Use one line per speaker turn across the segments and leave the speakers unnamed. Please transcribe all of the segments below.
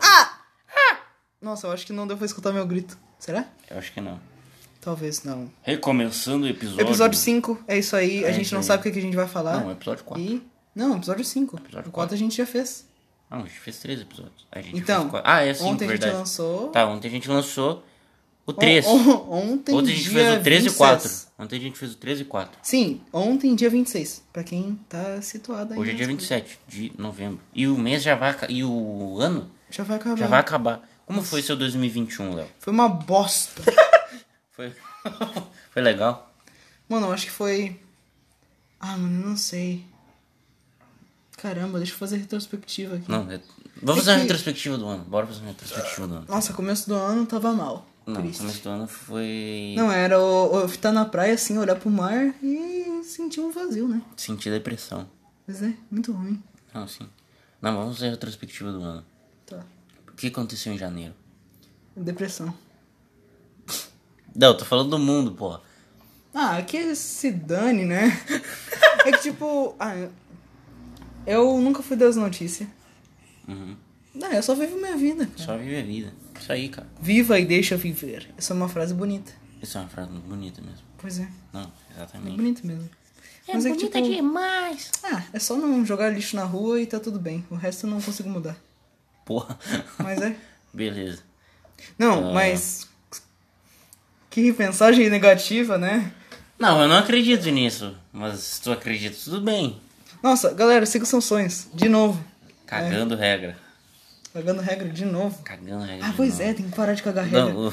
Ah! Ah! Nossa, eu acho que não deu pra escutar meu grito. Será?
Eu acho que não.
Talvez não.
Recomeçando o episódio.
Episódio 5, é isso aí.
É
a gente
isso
não
aí.
sabe o que que a gente vai falar.
Não, episódio 4.
E. Não, episódio 5.
Episódio
O 4 a gente já fez.
Não, a gente fez três episódios. A gente
Então,
fez quatro. Ah, é cinco,
ontem
verdade.
a gente lançou.
Tá, ontem a gente lançou o 3.
On- on- ontem.
ontem a gente
dia
fez o 3 e 4.
26.
Ontem a gente fez o 3 e 4.
Sim, ontem, dia 26. Pra quem tá situado aí.
Hoje é dia
nas
27 de novembro. E o mês já vai. aca- E o ano
coisas. Já vai acabar.
já vai acabar. Como foi seu 2021, Léo?
Foi uma bosta.
Foi. foi legal?
Mano, eu acho que foi. Ah, mano, eu não sei. Caramba, deixa eu fazer retrospectiva aqui.
Não, é- vamos
É
fazer uma
que-
retrospectiva do ano. Bora fazer uma retrospectiva do ano.
Nossa, começo do ano tava mal.
Não, o
Triste.
começo do ano foi.
Não, era o, o ficar na praia assim, olhar pro mar e sentir um vazio, né?
Senti depressão.
Mas é muito ruim.
Não, sim. Não, vamos fazer a retrospectiva do ano.
Tá.
O que aconteceu em janeiro?
Depressão.
Não, eu tô falando do mundo, porra.
Ah, que se dane, né? é que tipo. Ah, eu nunca fui das notícias.
Uhum.
Não, eu só vivo minha vida, cara.
É. Só vive a vida. Isso aí, cara.
Viva e deixa viver. Essa é uma frase bonita.
Isso é uma frase muito bonita mesmo.
Pois é,
Não,
é
exatamente.
bonita mesmo.
É
Mas é que,
bonita
tipo,
demais.
Ah, é só não jogar lixo na rua e tá tudo bem. O resto eu não consigo mudar.
Porra.
Mas é.
Beleza. Ah.
Não, mas. Que mensagem negativa, né?
Não, eu não acredito nisso. Mas se tu acredita, tudo bem.
Nossa, galera, siga seus sonhos. De novo.
Cagando regra.
Cagando regra de novo.
Cagando regra.
É. Ah,
de
pois
novo.
é, tem que parar de cagar regra.
Não, o-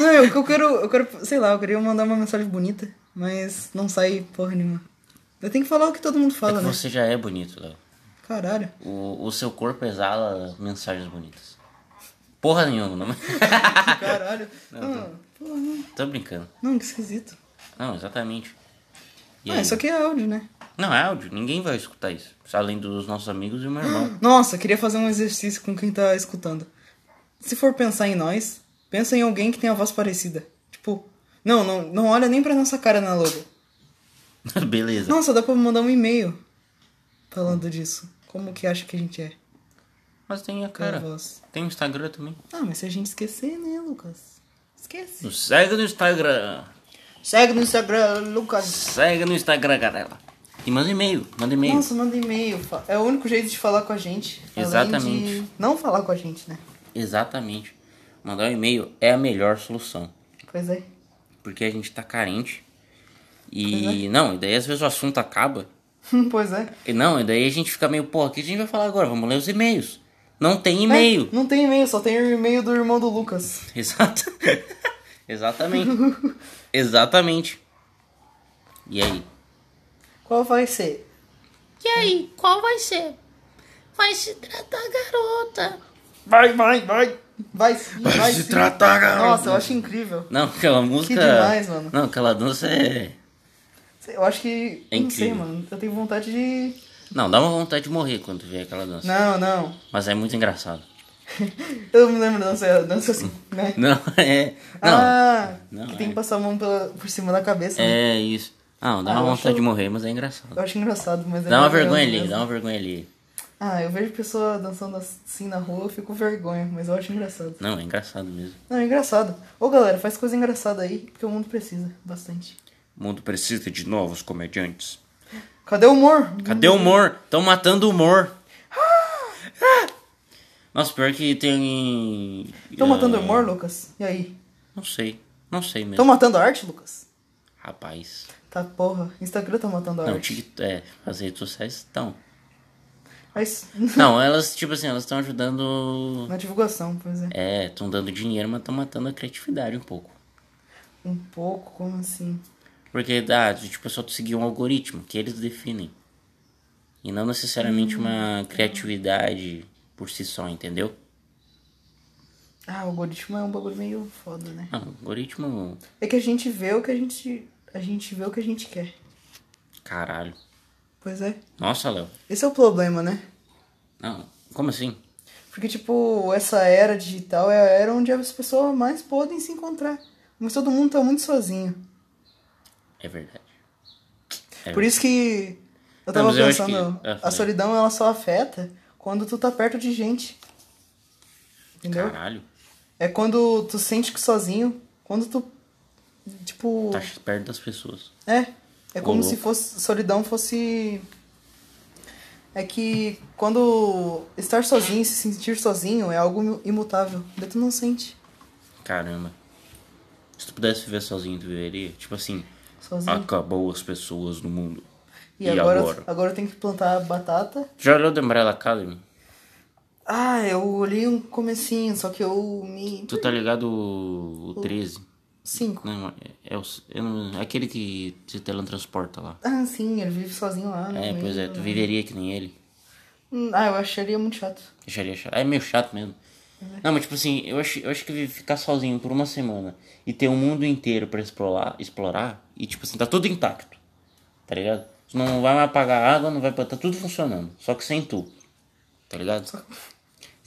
Não, eu, eu quero. Eu quero. Sei lá, eu queria mandar uma mensagem bonita, mas não sai porra nenhuma. Eu tenho que falar o que todo mundo
é
fala,
que
né?
você já é bonito, Léo.
Caralho.
O, o seu corpo exala mensagens bonitas. Porra nenhuma, não.
Caralho.
tá.
Ah, porra, não.
tô brincando.
Não, que esquisito.
Não, exatamente. E
Ah,
aí?
isso aqui é áudio, né?
Não, é áudio. Ninguém vai escutar isso. é Além dos nossos amigos e o meu irmão.
Nossa, queria fazer um exercício com quem tá escutando. Se for pensar em nós, pensa em alguém que tem a voz parecida. Tipo, não, não, não olha nem pra nossa cara na logo.
Beleza.
Nossa, dá pra mandar um e-mail falando disso. Como que acha que a gente é?
Mas tem a
Pela
cara.
voz.
Tem o Instagram também.
Ah, mas se a gente esquecer, né, Lucas? Esquece.
Nos segue no Instagram.
Segue no Instagram, Lucas.
Segue no Instagram, galera. E manda e-mail. Manda e-mail.
Nossa, manda e-mail. Fa- É o único jeito de falar com a gente. além
Exatamente.
de não falar com a gente, né?
Exatamente. Mandar um e-mail é a melhor solução.
Pois é.
Porque a gente tá carente. E não, e daí às vezes o assunto acaba.
pois é.
E não, e daí a gente fica meio, porra, o que a gente vai falar agora? Vamos ler os e-mails. Não tem e-mail.
É, não tem e-mail, só tem o e-mail do irmão do Lucas.
Exato. Exatamente. Exatamente. E aí?
Qual vai ser?
E aí, qual vai ser? Vai se tratar garota.
Vai, vai, vai.
Vai sim, vai,
se
sim.
tratar, garoto.
Nossa, eu acho incrível.
Não, aquela música.
demais, mano.
Não, aquela dança é.
Eu acho que.
É
não sei,
incrível.
mano. Eu tenho vontade de.
Não, dá uma vontade de morrer quando tu vê aquela dança.
Não, não.
Mas é muito engraçado.
Eu não me lembro da dança, dança assim, né?
Não, é. Não,
ah,
Não,
que
é.
tem que passar a mão pela, por cima da cabeça. né?
é isso. Não, dá
Ah, eu
uma vontade
acho-
de morrer, mas é engraçado.
Eu acho engraçado, mas é
Dá uma
meio
vergonha
mesmo.
ali, dá uma vergonha ali.
Ah, eu vejo pessoa dançando assim na rua, eu fico com vergonha, mas eu acho engraçado.
Não, é engraçado mesmo.
Não, é engraçado. Ô galera, faz coisa engraçada aí, porque o mundo precisa bastante.
O mundo precisa de novos comediantes.
Cadê o humor?
Cadê o humor? Estão matando o humor.
Ah!
Ah! Nossa, pior que tem.
Estão matando
Ah,
o humor, Lucas? E aí?
Não sei. Não sei mesmo.
Estão matando a arte, Lucas?
Rapaz.
Tá porra, Instagram tá matando a
Não,
arte.
tic- é, as redes sociais estão.
Mas
Não, elas, tipo assim, elas estão ajudando.
É na divulgação, por exemplo.
É, estão dando dinheiro, mas estão matando a criatividade um pouco. É.
Um pouco, como assim?
Porque dá, tipo, é só tu seguir um algoritmo que eles definem. E não necessariamente uma criatividade por si só, entendeu?
Ah, o algoritmo é um bagulho meio foda, né?
Não, algoritmo.
É que a gente vê o que a gente. A gente vê o que a gente quer.
Caralho.
Pois é.
Nossa, Léo.
Esse é o problema, né?
Não, como assim?
Porque, tipo, essa era digital é a era onde as pessoas mais podem se encontrar. Mas todo mundo tá muito sozinho.
É verdade.
Por isso
É.
que eu
Não,
tava
mas eu acho
pensando,
que- Ah,
a
falei.
solidão ela só afeta quando tu tá perto de gente. Entendeu?
Caralho.
É quando tu sente que sozinho, quando tu. Tipo.
Tá perto das pessoas.
É. É
Ô,
como
louco.
se fosse. Solidão fosse. É que quando estar sozinho, se sentir sozinho é algo imutável. Daí tu não sente
Caramba. Se tu pudesse viver sozinho, tu viveria? Tipo assim,
sozinho.
acabou as pessoas no mundo.
e agora, agora? eu tenho que plantar batata.
Já olhou The Umbrella Academy?
Ah, eu olhei um comecinho, só que eu me.
Tu tá ligado o, o 13?
Cinco.
Não, é, é o, eu não- é aquele que se teletransporta lá.
Ah, sim, ele vive sozinho lá. no
É,
meio
pois é,
do-
tu viveria que nem ele.
Hum, Ah, eu acharia muito chato.
Acharia chato. É meio chato mesmo.
Uhum.
Não, mas tipo assim, eu acho, eu acho que vi- ficar sozinho por uma semana e ter o mundo inteiro pra explorar, explorar e tipo assim, tá tudo intacto. Tá ligado? Tu não vai mais apagar a água, não vai. Tá tudo funcionando. Só que sem tu. Tá ligado?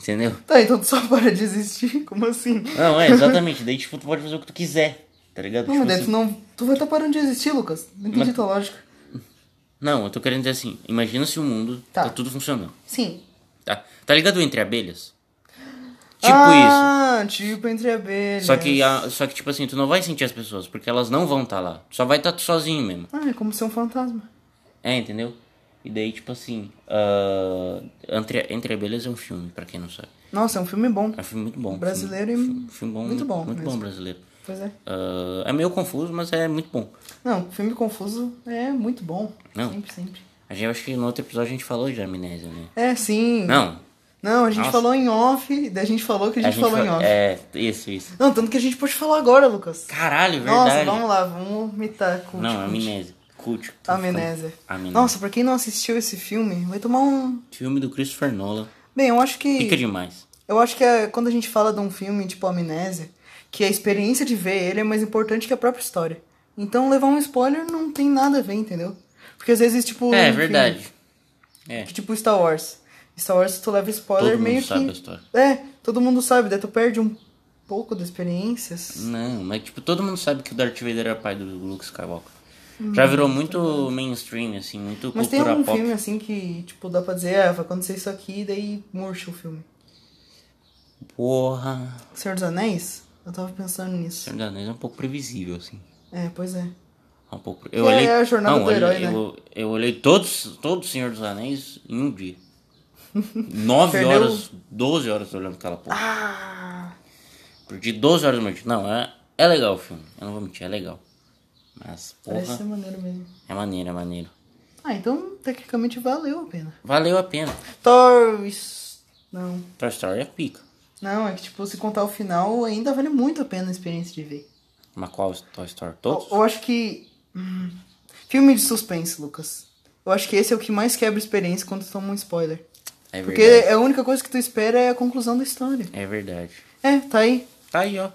Entendeu?
Tá, então tu só para de existir? Como assim?
Não, é exatamente. Daí tipo, tu pode fazer o que tu quiser. Tá ligado?
Não,
Tipo
mas daí
assim-
tu não. Tu vai estar parando de existir, Lucas. Não entendi tua lógica.
Não, eu tô querendo dizer assim, imagina se o mundo tá,
Tá.
tudo funcionando.
Sim.
Tá, tá ligado o entre abelhas? Tipo
ah, isso. tipo entre abelhas.
isso. Só que, a- só que, tipo assim, tu não vai sentir as pessoas, porque elas não vão estar tá lá. Tu só vai estar tá tu sozinho mesmo.
Ah, é como ser um fantasma.
É, entendeu? E daí, tipo assim, ah, entre, entre Abelhas é um filme, pra quem não sabe.
Nossa, é um filme bom.
É um filme muito bom.
Brasileiro e
filme, filme, filme bom,
muito bom
Muito bom
mesmo.
brasileiro.
Pois é.
Ah, é meio confuso, mas é muito bom.
Não, filme confuso é muito bom.
Não.
Sempre, sempre.
A gente, eu acho que no outro episódio a gente falou de amnésia, né?
É, sim.
Não.
Não, a gente
Nossa.
falou em off, daí a gente falou que a gente, falou em
fa-
off.
É, isso, isso.
Não, tanto que a gente pode falar agora, Lucas.
Caralho,
Nossa,
é verdade.
vamos lá, vamos mitar com
Não, amnésia. Cult. tô
Tá, Amnésia.
falando. Amnésia.
Nossa, pra quem não assistiu esse filme, vai tomar um.
Filme do Christopher Nolan.
Bem, eu acho que.
Fica demais.
Eu acho que é quando a gente fala de um filme tipo Amnésia, que a experiência de ver ele é mais importante que a própria história. Então levar um spoiler não tem nada a ver, entendeu? Porque às vezes, tipo. um
É,
filme
verdade. É.
que, tipo Star Wars. Star Wars tu leva spoiler
Todo mundo
meio que.
sabe a história.
É, todo mundo sabe, daí tu perde um pouco da experiência.
Não, mas tipo, todo mundo sabe que o Darth Vader é pai do Luke Skywalker. Já virou muito mainstream, assim, muito
Hum, é Mas tem
cultura
algum
pop.
filme assim que, tipo, dá pra dizer, ah, vai acontecer isso aqui, daí murcha o filme.
Porra.
Senhor dos Anéis? Eu tava pensando nisso.
Senhor dos Anéis é um pouco previsível, assim.
É, pois é.
É Um pouco... pre- Eu
É,
olhei...
é a jornada
Não,
do
eu olhei-
herói, né?
eu, eu olhei todos, todo o Senhor dos Anéis em um dia. Nove
Perdeu-
horas, 12 horas olhando aquela porra.
Ah!
Perdi 12 horas do meu dia. Não, é, é legal o filme. Eu não vou mentir, é legal. Mas,
Parece ser
porra,
maneiro mesmo.
é maneiro, é maneiro.
Ah, então tecnicamente valeu a pena.
Valeu a pena.
Thor. is- Não.
Toy Story é pica.
Não, é que tipo, se contar o final, ainda vale muito a pena a experiência de ver.
Mas qual Toy Story?
Eu,
Todos?
eu acho que. hum, filme de suspense, Lucas. Eu acho que esse é o que mais quebra a experiência quando tu toma um spoiler.
É
Porque
verdade.
a única coisa que tu espera é a conclusão da história.
É verdade.
É, tá aí.
Tá aí, ó.
Tá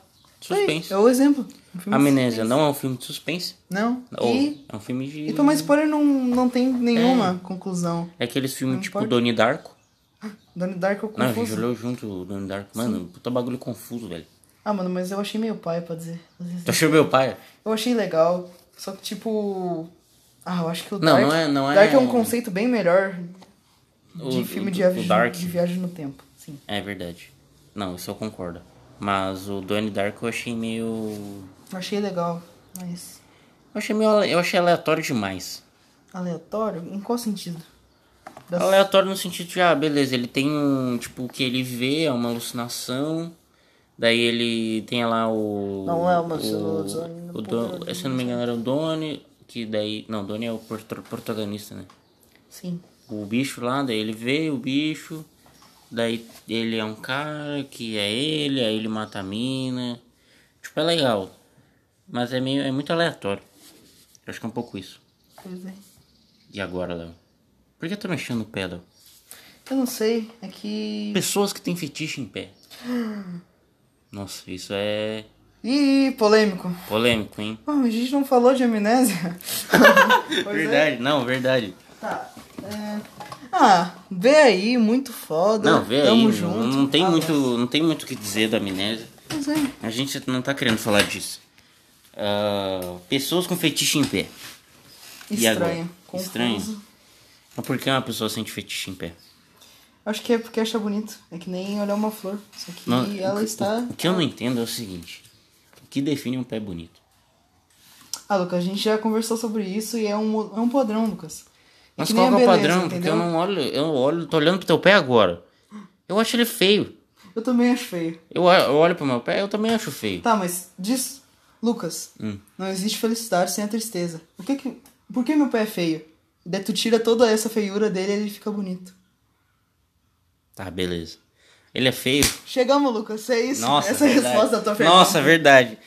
aí.
Suspense.
É o exemplo. Um filme de
Amnésia não é um filme de suspense.
Não.
Ou
E,
é um filme de.
e tomar spoiler não, não tem nenhuma conclusão.
É aqueles filmes tipo
pode.
Donnie Darko.
Donnie Darko eu
Não, a gente
confuso.
olhou junto o Donnie Darko. Mano, puta bagulho confuso, velho. Então,
Ah, mano, mas eu achei meio pai pra dizer. assim.
Tu achou meu pai?
Eu achei legal. Só que tipo. Ah, eu acho que o
Não,
Dark.
não é- não é-
Dark é um conceito bem melhor de
O-
filme
o-
de,
o
viagem,
Dark.
de viagem no tempo. Sim.
É verdade. Não, isso eu concordo. Mas o Donnie Darko eu achei meio.
Eu achei legal, mas.
Eu achei meio. ale- Eu achei aleatório demais.
Aleatório? Em qual sentido? Das-
Aleatório no sentido de, ah, beleza, ele tem um. Tipo, o que ele vê é uma alucinação. Daí ele tem lá o.
Não é uma
o-
alucinação,
o Don- Se eu não me engano, era o Doni. Que daí. Não, Doni é o portro- protagonista, né?
Sim.
O bicho lá, daí ele vê o bicho. Daí ele é um cara que é ele, aí ele mata a mina. Tipo, é legal. Mas é meio. É muito aleatório. Eu acho que é um pouco isso.
Pois é.
E agora, Léo? Por que eu tô mexendo o pé, Léo?
Eu não sei. É que.
Pessoas que têm fetiche em pé. Nossa, isso é
Ih, polêmico.
polêmico, hein?
Ah, mas a gente não falou de amnésia. Pois é.
verdade, não, verdade.
Tá. é, Ah, vê aí, muito foda.
Não, vê
Tamo
aí,
junto.
não, não tem
Ah,
muito, não tem muito o que dizer da amnésia.
Pois é.
A gente não tá querendo falar disso. Ah, pessoas com fetiche em pé. E agora?
Estranho. confuso.
Estranho. Mas por que uma pessoa sente fetiche em pé?
Acho que é porque acha bonito. É que nem olhar uma flor. Só que
Não, o
ela
que-
está.
O que eu não entendo é o seguinte: o que define um pé bonito?
Ah, Lucas, a gente já conversou sobre isso e é um, é um padrão, Lucas. É
Mas
que nem
qual que é o
a beleza,
padrão? Porque eu não olho, eu olho, tô olhando pro teu pé agora. Eu acho ele feio.
Eu também acho feio.
Eu, o- eu olho pro meu pé, eu também acho feio.
Tá, mas diz. Lucas,
Hum.
não existe felicidade sem a tristeza. O que que. Por que meu pé é feio? Daí tu tira toda essa feiura dele e ele fica bonito.
Tá, beleza. Ele é feio?
Chegamos, Lucas. É isso.
Nossa,
Essa é a
verdade.
resposta da tua pergunta.
Nossa, verdade.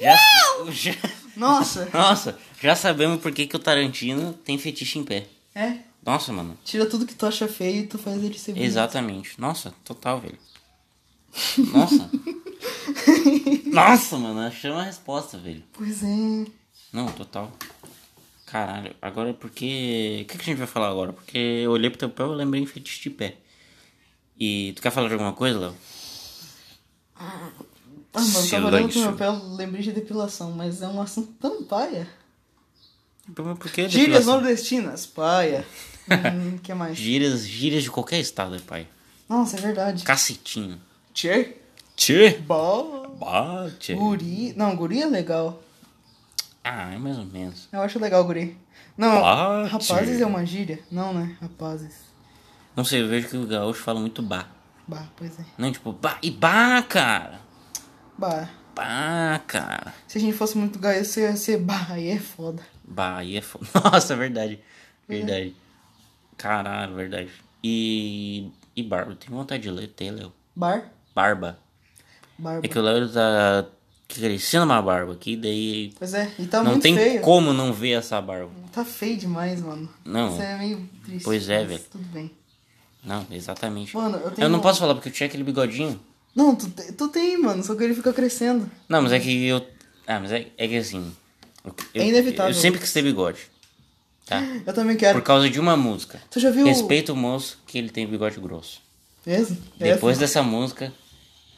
Já, já-
Nossa.
nossa, já sabemos por que, que o Tarantino tem fetiche em pé.
É.
Nossa, mano.
Tira tudo que tu acha feio e tu faz ele ser bonito.
Exatamente. Nossa, total, velho. Nossa. Nossa, mano, achamos a resposta, velho.
Pois é.
Não, total. Caralho, agora é porque. O que, que a gente vai falar agora? Porque eu olhei pro teu pé e eu lembrei em fetiche de pé. E tu quer falar de alguma coisa, Léo?
Ah, mano, eu tava olhando pro
Silêncio.
meu pé, eu lembrei de depilação, mas é um assunto tão paia.
Por que
Gírias
depilação?
nordestinas, paia. Hum, que mais?
gírias, gírias de qualquer estado, pai.
Nossa, é verdade.
Cacetinho.
Tchê?
Tchê!
Bó.
Bate!
Guri. Não, guri é legal.
Ah, é mais ou menos.
Eu acho legal guri. Não,
Bate.
rapazes é uma gíria? Não, né? Rapazes.
Não sei, eu vejo que o gaúcho fala muito bah.
Bah, pois é.
Não, tipo, bah, e bah, cara!
Bah.
Bah, cara!
Se a gente fosse muito gaio, você ia ser bah, aí é foda.
Bah, aí é foda. Nossa, verdade.
Uhum.
Verdade. Caralho, verdade. E. E barba. Tem vontade de ler, tem, Léo.
Bar?
Barba.
Barba.
É que o Léo ele tá crescendo uma barba aqui, daí.
Pois é, e tá
não
muito
tem
feio.
como não ver essa barba.
Tá feio demais, mano.
Não.
Isso é meio triste.
Pois é,
mas
velho.
Tudo bem.
Não, exatamente.
Mano, eu tenho.
Eu não posso falar porque eu tinha aquele bigodinho.
Não, tu, te- tu tem, mano. Só que ele fica crescendo.
Não, mas é que eu. Ah, mas é, é que assim. eu- eu-
É inevitável.
Eu sempre quis ter bigode. Tá?
Eu também quero.
Por causa de uma música.
Tu já viu-
Respeita o moço que ele tem bigode grosso.
Mesmo?
Depois
Essa?
dessa música,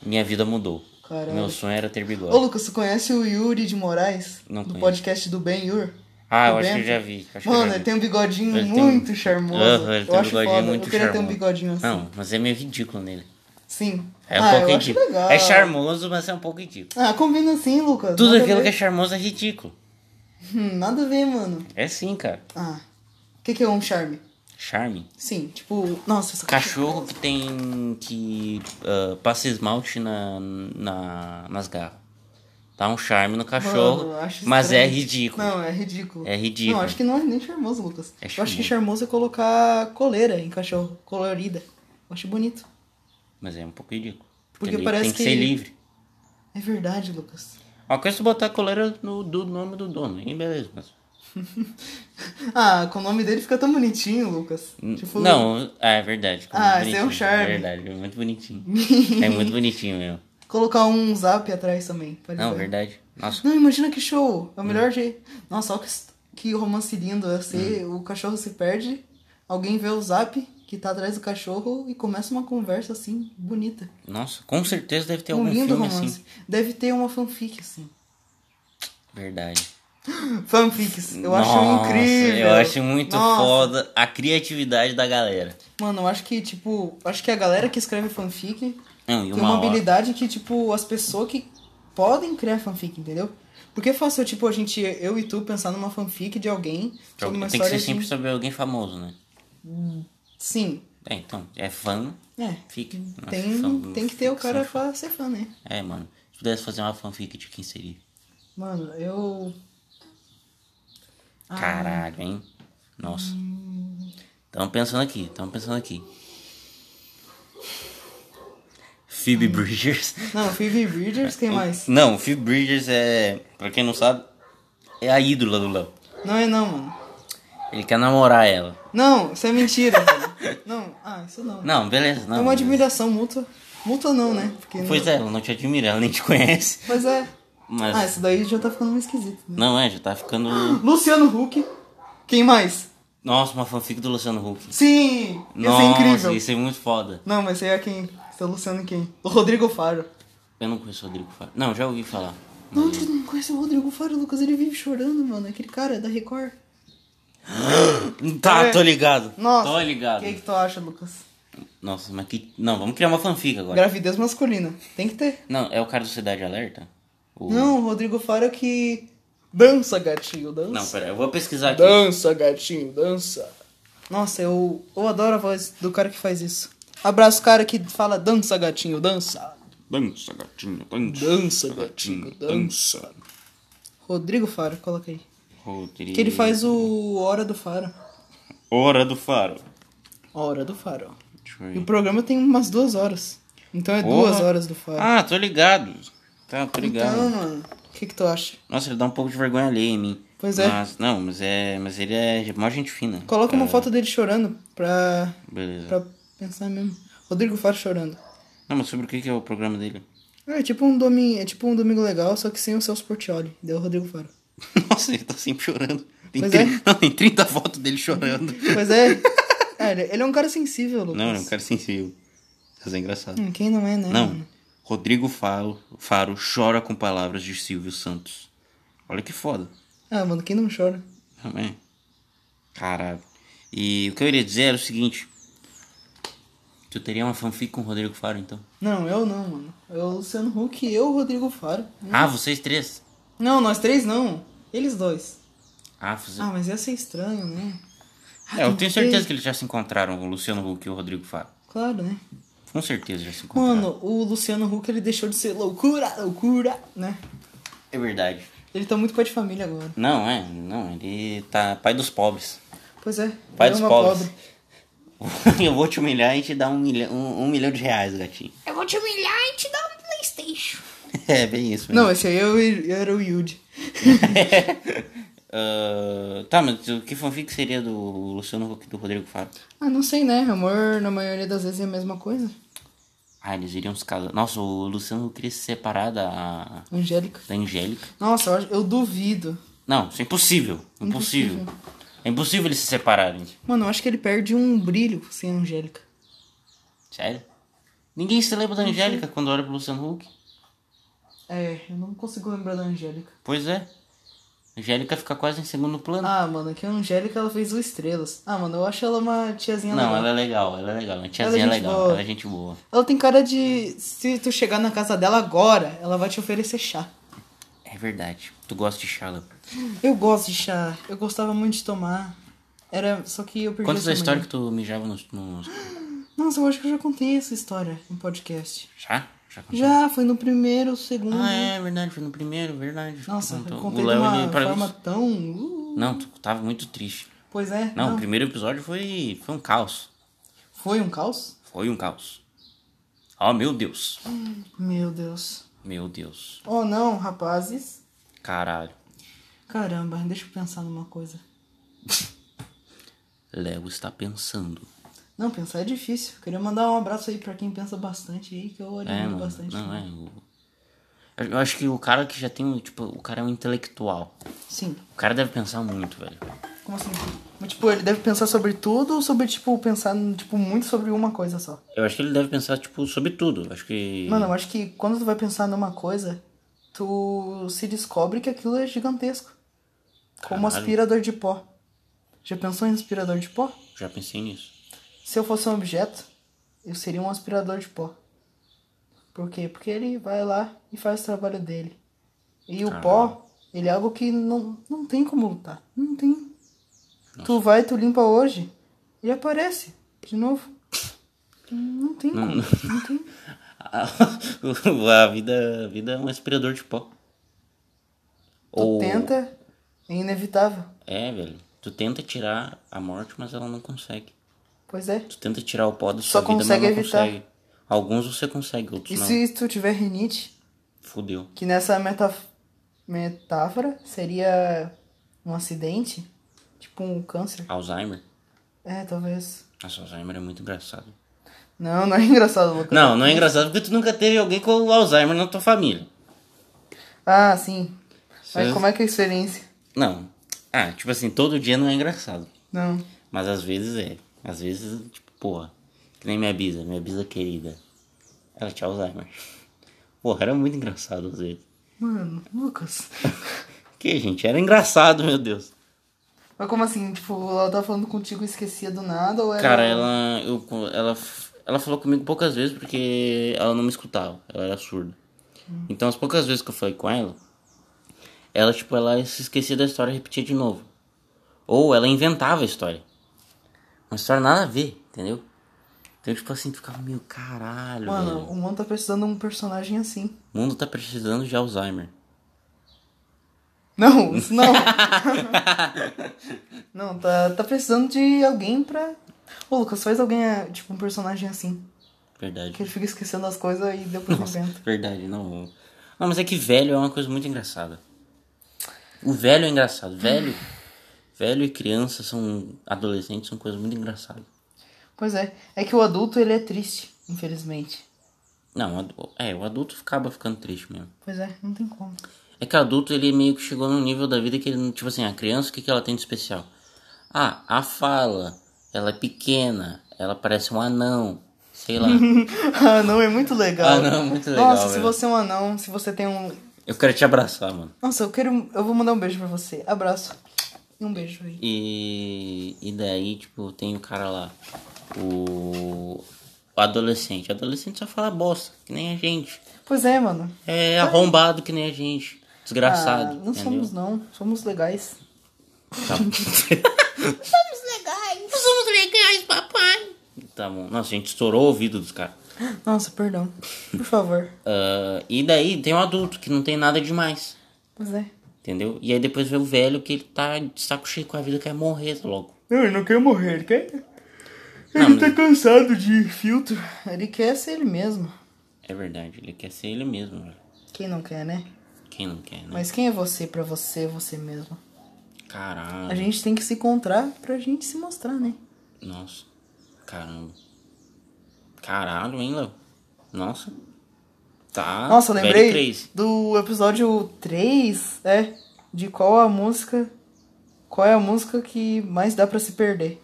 minha vida mudou.
Caralho.
Meu sonho era ter bigode.
Ô, Lucas, tu conhece o Yuri de Moraes?
Não
Do
conheço.
podcast do Ben Yur?
Ah,
Do
eu acho que
Bento?
eu já vi. acho que eu
Mano,
já vi.
ele tem um bigodinho
Ele tem um-
muito charmoso.
Aham, ele
eu
tem um
acho
bigodinho
foda.
muito
eu queria ter um
charmoso.
bigodinho assim.
Não, mas é meio ridículo nele.
Sim.
É um
ah,
pouco
eu acho
ridículo.
legal.
É charmoso, mas é um pouco ridículo.
Ah, combina assim, Lucas.
Tudo
Nada a
aquilo que é
ver.
charmoso é ridículo.
Hum, nada a ver, mano.
É sim, cara.
Ah. O que, que é um charme?
Charme.
Sim, tipo. Nossa, essa
Cachorro que tem que ah, passa esmalte na, na, nas garras. Dá um charme no cachorro,
Mano, eu acho
mas é
estranho.
ridículo.
Não, é ridículo.
É ridículo.
Não, acho que não é nem charmoso, Lucas.
É
eu acho que charmoso é colocar coleira em cachorro, colorida. Eu acho bonito.
Mas é um pouco ridículo.
Porque
ele
parece
tem que,
que-
ser livre.
É verdade, Lucas.
Uma coisa é tu botar a coleira no do nome do dono, hein? Beleza. Mas...
Ah, com o nome dele fica tão bonitinho, Lucas. Tipo,
Não, é verdade. ficou
Ah,
muito
esse é um
bonitinho,
charme.
É verdade, é muito bonitinho. é muito bonitinho mesmo.
Colocar um zap atrás também. pra ele
Não,
ver.
verdade. Hum. Nossa,
Não, imagina que show. É o melhor jeito. Nossa, olha que, que romance lindo. é ser-
Hum.
O cachorro se perde, alguém vê o zap que tá atrás do cachorro e começa uma conversa assim, bonita.
nossa, com certeza deve ter
um
algum
lindo
filme
romance.
assim.
Deve ter uma fanfic assim.
Verdade.
Fanfics, eu acho
Nossa,
incrível.
Eu acho muito
Nossa.
foda a criatividade da galera.
Mano, eu acho que, tipo, acho que a galera que escreve fanfic
Não, e
tem
uma,
uma
hora-
habilidade que, tipo, as pessoas que podem criar fanfic, entendeu? Porque é fácil, tipo, a gente, eu e tu, pensar numa fanfic de alguém sobre uma
Tem que
história
ser
assim.
sempre sobre alguém famoso, né?
Sim.
É, então, é fã,
É.
fica. Nossa,
Tem,
fã-
tem que ter o
ficção.
cara pra ser fã, né?
É, mano. Se pudesse fazer uma fanfic de quem seria.
Mano, eu. Ah.
Caralho, hein? Nossa. Tamo pensando aqui, tamo pensando aqui.
Hum.
Phoebe Bridgers.
Não, Phoebe Bridgers, quem mais?
Não, Phoebe Bridgers é. Pra quem não sabe, é a ídola do Léo.
Não é não, mano.
Ele quer namorar ela.
Não, isso é mentira, velho. Não, ah, isso não.
Não, beleza, não.
É uma admiração mútua. Mútua não, né? Porque não-
Pois é, ela não te admira, ela nem te conhece.
Pois é.
Mas.
Ah, isso daí já tá ficando meio esquisito. Né?
Não é, já tá ficando.
Luciano Huck. Quem mais?
Nossa, uma fanfic do Luciano Huck.
Sim! Ia ser
Nossa,
incrível.
isso é muito foda.
Não, mas aí é quem? Seu Luciano quem? O Rodrigo Faro.
Eu não conheço o Rodrigo Faro. Não, já ouvi falar.
Não, tu não conhece o Rodrigo Faro, Lucas? Ele vive chorando, mano. Aquele cara da Record.
Tá,
É.
tô ligado.
Nossa.
Tá, Tô ligado.
O que, que tu acha, Lucas?
Nossa, mas que. Não, vamos criar uma fanfic agora.
Gravidez masculina. Tem que ter.
Não, é o cara do Cidade Alerta? O-
Não, o Rodrigo Faro que. Dança, gatinho, dança.
Não, pera, eu vou pesquisar aqui.
Dança, gatinho, dança. Nossa, eu, eu adoro a voz do cara que faz isso. Abraço o cara que fala dança, gatinho, dança.
Dança, gatinho, dança.
Dança,
Hum,
gatinho, dança. Rodrigo Faro, coloca aí.
Rodrigo.
Que ele faz o Hora do Faro.
Hora do Faro.
Hora do Faro.
Deixa
E
eu
o
ver.
programa tem umas duas horas. Então é duas
Porra.
horas do Faro.
Ah, tô ligado. Tá, tô ligado.
Então, mano, o que, que tu acha?
Nossa, ele dá um pouco de vergonha alheia em mim.
Pois é.
Mas, não, mas é. Mas ele é mó gente fina.
Coloca uma
É,
foto dele chorando pra,
Beleza.
pra pensar mesmo. Rodrigo Faro chorando.
Não, mas sobre o que que é o programa dele?
É tipo um domingo, é tipo um domingo legal, só que sem o Celso Portioli. Deu o Rodrigo Faro.
Nossa, ele tá sempre chorando. Tem,
Pois é.
tri- não, tem 30 fotos dele chorando.
Pois é. É, ele- ele é um cara sensível, Lucas.
Não, ele é um cara sensível. Mas é engraçado.
Hum, Quem não é, né?
Não.
mano?
Rodrigo Faro, Faro chora com palavras de Silvio Santos. Olha que foda.
Ah, mano, quem não chora?
Não é? Caralho. E o que eu iria dizer era o seguinte. Tu teria uma fanfic com o Rodrigo Faro, então?
Não, eu não, mano. Eu, Luciano Huck e eu, Rodrigo Faro.
Ah, vocês três?
Não, nós três não. Eles dois.
Ah, vocês...
Ah, mas ia ser estranho, né? Ah,
é, eu
tem
tenho certeza que eles já se encontraram, o Luciano Huck e o Rodrigo Faro.
Claro, né?
Com certeza já se encontraram.
Mano, o Luciano Huck, ele deixou de ser loucura, loucura, né?
É verdade.
Ele tá muito pai de família agora.
Não, é, não, ele tá pai dos pobres.
Pois é.
Pai
ele é
dos
uma
pobres.
pobre.
Eu vou te humilhar e te dar um milhão, um, um milhão de reais, gatinho.
Eu vou te humilhar e te dar um Playstation.
É, bem isso. mesmo.
Não, esse aí eu, eu era o Yudi.
Ah, tá, mas o que fanfic seria do Luciano Huck e do Rodrigo Faro?
ah, não sei, né? Amor, na maioria das vezes é a mesma coisa.
Ah, eles iriam se casar. Nossa, o Luciano queria se separar da,
Angélica.
da Angélica.
Nossa, eu acho- eu duvido.
Não, isso é impossível. Impossível. É impossível eles se separarem.
Mano, eu acho que ele perde um brilho sem a Angélica.
Sério? Ninguém se lembra da Angélica quando olha pro Luciano Huck.
É, eu não consigo lembrar da Angélica.
Pois é. A Angélica fica quase em segundo plano.
Ah, mano, que a Angélica ela fez o Estrelas. Ah, mano, eu acho ela uma tiazinha
não,
legal.
ela é legal, ela é legal. A tiazinha é
gente
legal,
boa.
ela é gente boa.
Ela tem cara de. Se tu chegar na casa dela agora, ela vai te oferecer chá.
É verdade. Tu gosta de Charlotte.
Eu gosto de chá. Eu gostava muito de tomar. Era. Só que eu perdi
Conta
essa
essa história
mania.
que tu mijava nos. nos...
Nossa, eu acho que eu já contei essa história em podcast.
Já? Já contou?
Já, foi no primeiro, segundo.
Ah, é verdade, foi no primeiro, verdade.
Nossa,
Contou.
eu contei
O
de
Léo,
uma
ele parou-
forma tão. uh,
Não, tu tava muito triste.
pois é.
Não,
não.
o primeiro episódio foi, foi um caos.
Foi um caos?
Foi um caos. Oh, meu Deus.
Meu Deus.
Meu Deus.
Oh não, rapazes.
Caralho.
Caramba, deixa eu pensar numa coisa.
Léo está pensando.
Não, pensar é difícil. Queria mandar um abraço aí pra quem pensa bastante aí, que eu admiro
É, mano.
bastante. né?
Não, é. o- Eu, eu acho que o cara que já tem, um, tipo, o cara é um intelectual.
Sim.
O cara deve pensar muito, velho.
Como assim? Mas, tipo, ele deve pensar sobre tudo ou sobre, tipo, pensar, tipo, muito sobre uma coisa só?
Eu acho que ele deve pensar, tipo, sobre tudo. Eu Acho que...
Mano, eu acho que quando tu vai pensar numa coisa, tu se descobre que aquilo é gigantesco. Como
Caralho.
aspirador de pó. Já pensou em aspirador de pó?
Já pensei nisso.
Se eu fosse um objeto, eu seria um aspirador de pó. Por quê? Porque ele vai lá e faz o trabalho dele. E o pó, ele é algo que não, não tem como lutar. Não tem. Tu vai, tu limpa hoje e aparece de novo. Não tem como. Não tem.
Ah, A vida, a vida é um aspirador de pó.
Tu tenta, é inevitável.
É, velho. Tu tenta tirar a morte, mas ela não consegue.
Pois é.
Tu tenta tirar o pó da sua
Só
vida, mas não
consegue evitar.
consegue. Alguns você consegue, outros
E
não.
se tu tiver rinite,
Fudeu.
que nessa meta... metáfora seria um acidente, tipo um câncer.
Alzheimer?
É, talvez.
Nossa, Alzheimer é muito engraçado.
Não, não é engraçado, Lucas.
Não, não é engraçado porque tu nunca teve alguém com Alzheimer na tua família.
Ah, sim. Mas
Sim.
como é que é a experiência?
Não. Ah, tipo assim, todo dia não é engraçado.
Não.
Mas às vezes é. Às vezes, tipo, porra. Que nem minha bisa, minha bisa querida. Ela tinha Alzheimer. Porra, era muito engraçado às vezes.
Mano, Lucas.
Que, gente, era engraçado, meu Deus.
tá Mas como assim? Tipo, ela tava falando contigo e esquecia do nada? Ou era...
Cara, ela. Eu, ela. f- ela falou comigo poucas vezes porque ela não me escutava, ela era surda. Então, as poucas vezes que eu falei com ela, ela, tipo, ela se esquecia da história e repetia de novo. Ou ela inventava a história. Uma história nada a ver, entendeu? Então, tipo assim, tu ficava meio caralho.
Mano,
velho.
o mundo tá precisando de um personagem assim.
O mundo tá precisando de Alzheimer.
Não, isso não. não, tá, tá precisando de alguém pra. Ô, Lucas, faz alguém, eh, tipo, um personagem assim.
Verdade.
Que ele fica esquecendo as coisas e depois inventa.
Verdade, não. Não, mas é que velho é uma coisa muito engraçada. O velho é engraçado. Velho. Velho e criança são. adolescentes são coisas muito engraçadas.
Pois é. É que o adulto, ele é triste, infelizmente.
Não, adu- é, o adulto acaba ficando triste mesmo.
Pois é, não tem como.
É que o adulto ele meio que chegou num nível da vida que ele não. Tipo assim, a criança, o que, que ela tem de especial? Ah, a fala. Ela é pequena. Ela parece um anão. Sei lá.
Anão é muito legal.
Anão é muito legal,
Nossa, se
velho.
você é um anão, se você tem um.
Eu quero te abraçar, mano.
Nossa, eu quero. Eu vou mandar um beijo pra você. Abraço. E um beijo aí.
E, e daí, tipo, tem o cara lá, o, o adolescente. Adolescente só fala bosta, que nem a gente.
Pois é, mano.
É arrombado que nem a gente.
Ah,
Desgraçado.
não
entendeu?
somos, não. Somos legais.
Tá,
Somos legais. Somos legais, papai.
tá bom. Nossa, a gente estourou o ouvido dos caras.
Nossa, perdão. Por favor.
Ah, e daí tem o adulto, que não tem nada demais.
Pois é.
Entendeu? E aí depois vê o velho que ele tá de saco cheio com a vida, quer morrer logo.
Não, ele não quer morrer, ele quer. tá
Não, mas-
cansado de filtro. Ele quer ser ele mesmo.
É verdade, ele quer ser ele mesmo, velho.
Quem não quer, né?
Quem não quer, né?
Mas quem é você pra você, você mesmo?
Caralho.
A gente tem que se encontrar pra gente se mostrar, né?
Nossa. Caramba. Caralho, hein, Léo? Nossa. Tá.
Nossa, eu
velho
lembrei
crazy.
do episódio 3, é, de qual a música, qual é a música que mais dá pra se perder.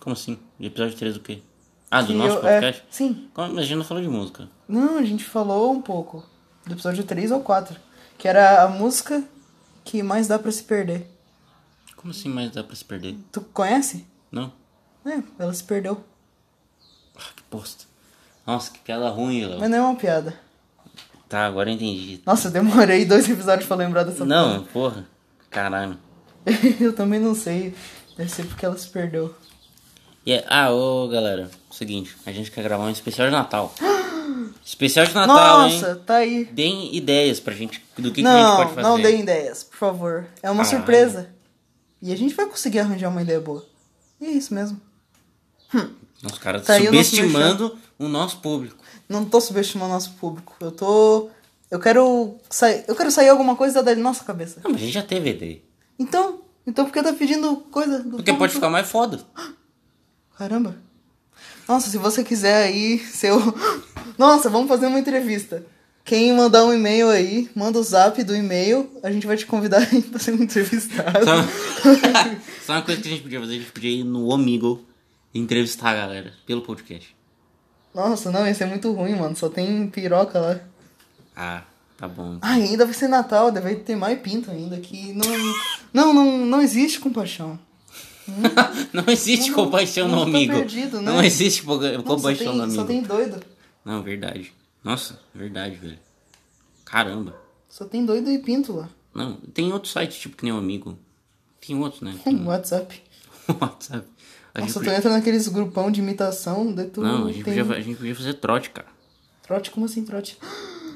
Como assim? De episódio 3 do quê? Ah, do
Que
nosso
eu- é,
podcast?
sim.
Como- Mas a gente não falou de música.
Não, a gente falou um pouco do episódio 3 ou 4, que era a música que mais dá pra se perder.
Como assim mais dá pra se perder?
Tu conhece?
Não?
É, ela se perdeu.
Ah, que bosta. Nossa, que piada ruim, Léo.
Mas não é uma piada.
Tá, agora eu entendi.
Nossa, eu demorei dois episódios pra lembrar dessa
Não, porra. Caralho.
Eu também não sei. Deve ser porque ela se perdeu.
E é- Ah, ô galera, seguinte, a gente quer gravar um especial de Natal. especial de Natal,
Nossa,
hein?
tá aí.
Deem ideias pra gente do que, que a gente
não,
pode fazer. Ah,
não deem ideias, por favor. É uma
Caralho.
surpresa. E a gente vai conseguir arranjar uma ideia boa. E é isso mesmo.
Os caras
Tá aí o nosso
subestimando o nosso público.
Não tô subestimando nosso público. Eu tô. Eu quero sair. Eu quero sair alguma coisa da nossa cabeça.
Não, mas a gente já teve ED.
Então. Então por que tá pedindo coisa do
Porque pode
público?
ficar mais foda.
Caramba. Nossa, se você quiser aí, seu. Nossa, vamos fazer uma entrevista. Quem mandar um e-mail aí, manda o zap do e-mail, a gente vai te convidar aí pra ser um entrevistado.
Só... Só uma coisa que a gente podia fazer, a gente podia ir no Omigo e entrevistar a galera pelo podcast.
Nossa, não, isso é muito ruim, mano. Só tem piroca lá.
Ah, tá bom.
Ah, e ainda vai ser Natal, deve ter mais pinto ainda, que não. Não, não, não existe compaixão.
não existe
Não, não,
compaixão
não
no
tá
Omigo.
perdido, né?
Não existe po-
Não, só
compaixão no
tem, só
Omigo.
tem doido.
Não, verdade. Nossa, verdade, velho. Caramba.
Só tem doido e pinto lá.
Não, tem outro site tipo que nem o Amigo. Tem outro, né?
Hum,
Tem
WhatsApp.
WhatsApp. A gente
Nossa, tu
podia-
entra naqueles grupão de imitação, daí tu
Não, a gente,
tem...
podia, fa- a gente podia fazer trote, cara.
Trote, como assim trote?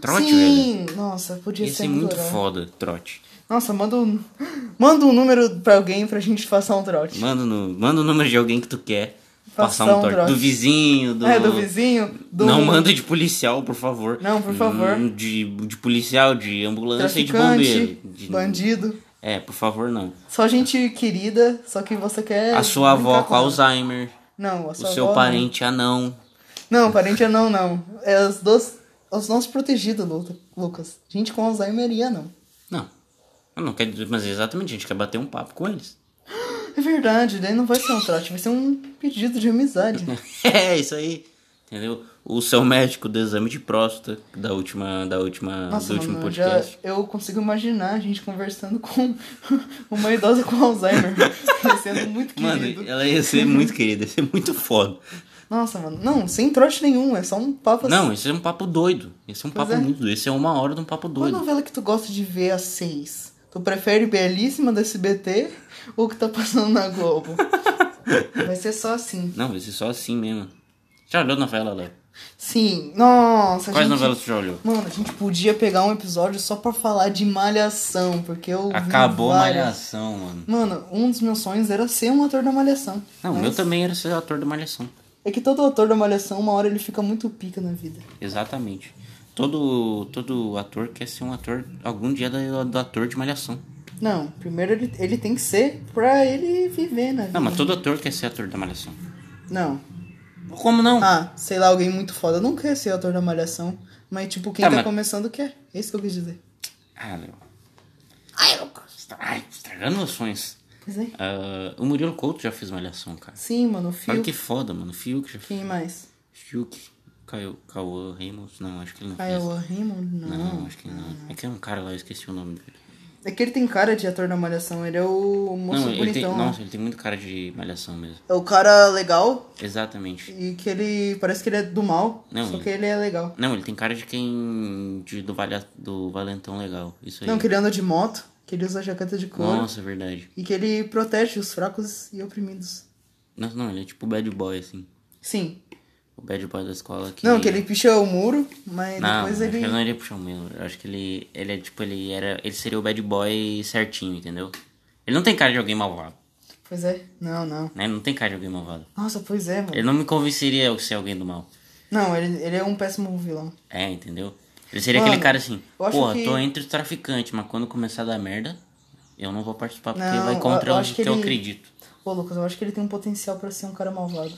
Trote,
Sim! Nossa, podia
Ia
ser
ser muito
legal.
foda, trote.
Nossa, manda um, manda um número pra alguém pra gente passar um trote.
Manda, no, manda o número de alguém que tu quer passar,
Passar
um
um
trote.
trote.
Do vizinho, do.
É, do vizinho, do...
um Não manda de policial, por favor.
Não, por favor.
Hum, De, de policial, de ambulância e de
traficante,
bombeiro. De-
bandido.
É, por favor, não.
Só gente querida, só que você quer...
A sua avó
brincar
com
ela.
Alzheimer.
Não, É, a
O
sua
seu
avó, né?
parente anão.
Não. não, parente é não, não. É os dois... Os nossos protegidos, Lu- Lucas. Gente com Alzheimer e não.
Não. Eu não quero dizer, mas exatamente, a gente quer bater um papo com eles.
É verdade, daí não vai ser um trote, vai ser um pedido de amizade.
é, isso aí. Entendeu? O seu médico do exame de próstata da última. Da última
Nossa,
do último
mano, eu já,
podcast.
eu consigo imaginar a gente conversando com uma idosa com Alzheimer. sendo muito
Mano,
querido.
ela ia ser muito querida, ia ser muito foda.
Nossa, mano. Não, sem trouxa nenhum. É só um papo
Não, esse é um papo doido. Esse é um
Pois
papo
é.
muito doido. Esse é uma hora de um papo
Qual
doido.
novela que tu gosta de ver às seis? Tu prefere Belíssima da SBT ou o que tá passando na Globo? Vai ser só assim.
Não, vai ser só assim mesmo. Já olhou novela, Léo?
Sim. Nossa,
Quais
gente...
novelas tu já olhou?
Mano, a gente podia pegar um episódio só pra falar de Malhação, porque eu. vi
Acabou a
várias.
Malhação, mano.
Mano, um dos meus sonhos era ser um ator da Malhação.
Não, o
Mas
meu também era ser ator da Malhação.
É que todo ator da Malhação, uma hora ele fica muito pica na vida.
Exatamente. Todo, todo ator quer ser um ator algum dia do, do ator de Malhação.
Não, primeiro ele, ele tem que ser pra ele viver na vida.
Não, mas todo ator quer ser ator da Malhação.
Não.
Como não?
Ah, sei lá, alguém muito foda. Eu não quer ser ator da Malhação, mas tipo, quem
Tá,
tá,
mas-
começando quer. É isso que eu quis dizer.
Ah, Léo.
Ai, Lucas.
Você tá- Ai, estragando meus sonhos.
Pois é.
Ah, o Murilo Couto já fez Malhação, cara.
Sim, mano, o
Olha
Fio.
que foda, mano. Fiuk já fez.
Quem mais?
Fiuk. Caio- Cauã Reynolds. Não, acho que ele não fez.
Kyle Ah, é Raymond? Não.
Não, acho que não. É que é um cara lá, eu esqueci o nome dele.
É que ele tem cara de ator da Malhação, ele é o moço
Não, ele tem,
bonitão. né? lá.
nossa, ele tem muito cara de malhação mesmo.
É o cara legal
Exatamente.
e que ele. Parece que ele é do mal,
Não,
só
ele-
que ele é legal.
Não, ele tem cara de quem. De, do, valha, do Valentão Legal. Isso aí.
Não, que ele anda de moto, que ele usa jaqueta de couro
Nossa, é verdade.
e que ele protege os fracos e oprimidos.
Não, não, ele é tipo o bad boy, assim.
Sim.
O bad boy da escola que.
Não, que ele picha o muro, mas
Não, é
depois
acho que
ele.
ele não iria puxar o meu. Eu acho que ele. Ele é tipo, ele era. Ele seria o bad boy certinho, entendeu? Ele não tem cara de alguém malvado,
Pois é. Não, não.
né? Não tem cara de alguém malvado.
Nossa, pois é, mano.
Ele não me convenceria a ser alguém do mal.
Não, ele, ele é um péssimo vilão.
É, entendeu? Ele seria
Mano,
aquele cara assim,
eu acho
porra,
que-
tô entre os traficantes, mas quando começar a dar merda, eu não vou participar porque
Não,
vai contra
eu- eu
o
acho
que
que
eu
ele-
acredito.
Ô, Lucas, eu acho que ele tem um potencial pra ser um cara malvado.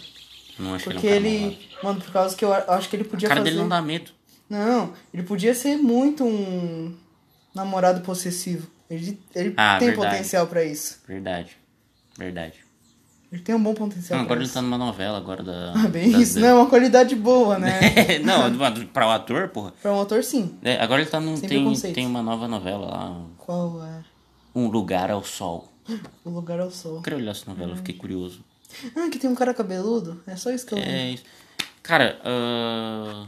Eu não acho
Porque
que ele é um cara
ele.
malvado.
Mano, por causa que eu a- acho que ele
A
podia
cara
fazer.
dele não dá medo.
Não, ele podia ser muito um namorado possessivo. Ele, ele
Ah,
tem
verdade.
potencial pra isso.
Verdade. Verdade.
Ele tem um bom potencial
Não,
pra
agora ele
isso.
tá numa novela agora da.
Ah, bem
da-
isso,
da-
não, é uma qualidade boa, né?
não, do- pra o ator, porra.
pra um ator, sim.
É, agora ele tá num.
Sem
Tem,
preconceito.
tem uma nova novela lá.
Qual é
Um Lugar ao Sol.
o lugar ao sol?
Eu quero olhar essa
Hum.
novela, eu fiquei curioso.
Ah, que tem um cara cabeludo? É só isso que eu lembro.
É isso. Cara, ah,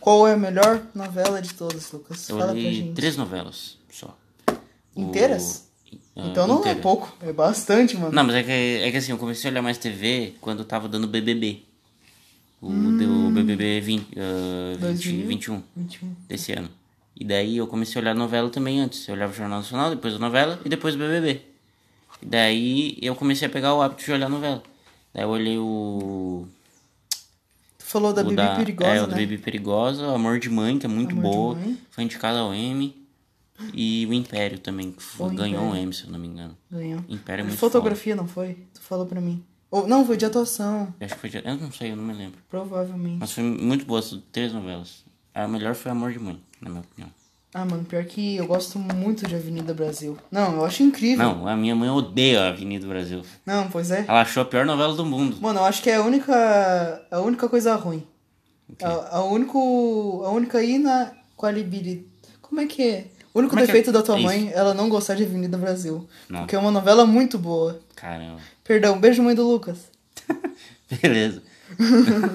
Qual é a melhor novela de todas, Lucas?
eu
Fala pra
li
gente.
três novelas só. O-
Inteiras?
Ah,
Então não
inteiras.
é pouco, é bastante, mano.
Não, mas é que, é que assim, eu comecei a olhar mais TV quando eu tava dando BBB. O,
Hum.
deu o BBB 20, ah, 20,
2000?
21
21.
desse ano. E daí eu comecei a olhar novela também antes. Eu olhava o Jornal Nacional, depois a novela e depois o BBB. E daí eu comecei a pegar o hábito de olhar novela. Daí eu olhei o.
Tu falou da
o
Bibi Perigosa,
é, o
né?
da Bibi Perigosa, Amor de Mãe, que é muito
Amor de
boa.
Mãe.
Foi indicada ao M. E o Império também, que foi-
O
ganhou o
Império.
M, se eu não me engano.
Ganhou.
Império é muito
Fotografia, não foi? Tu falou pra mim. Ou, não, foi de atuação,
Eu acho que foi. de- Eu não sei, eu não me lembro.
provavelmente.
Mas foi muito boa as três novelas. A melhor foi Amor de Mãe, na minha opinião.
Ah, mano, pior que eu gosto muito de Avenida Brasil. Não, eu acho incrível.
Não, a minha mãe odeia a Avenida Brasil.
Não, pois é.
Ela achou a pior novela do mundo.
Mano, eu acho que é a única, a única coisa ruim. A, a único, a única inqualibilidade. Como é que é? O único
Como é que é?
defeito da tua
É
mãe, ela não gostar de Avenida Brasil.
Não.
Porque é uma novela muito boa.
Caramba.
Perdão, beijo mãe do Lucas.
Beleza.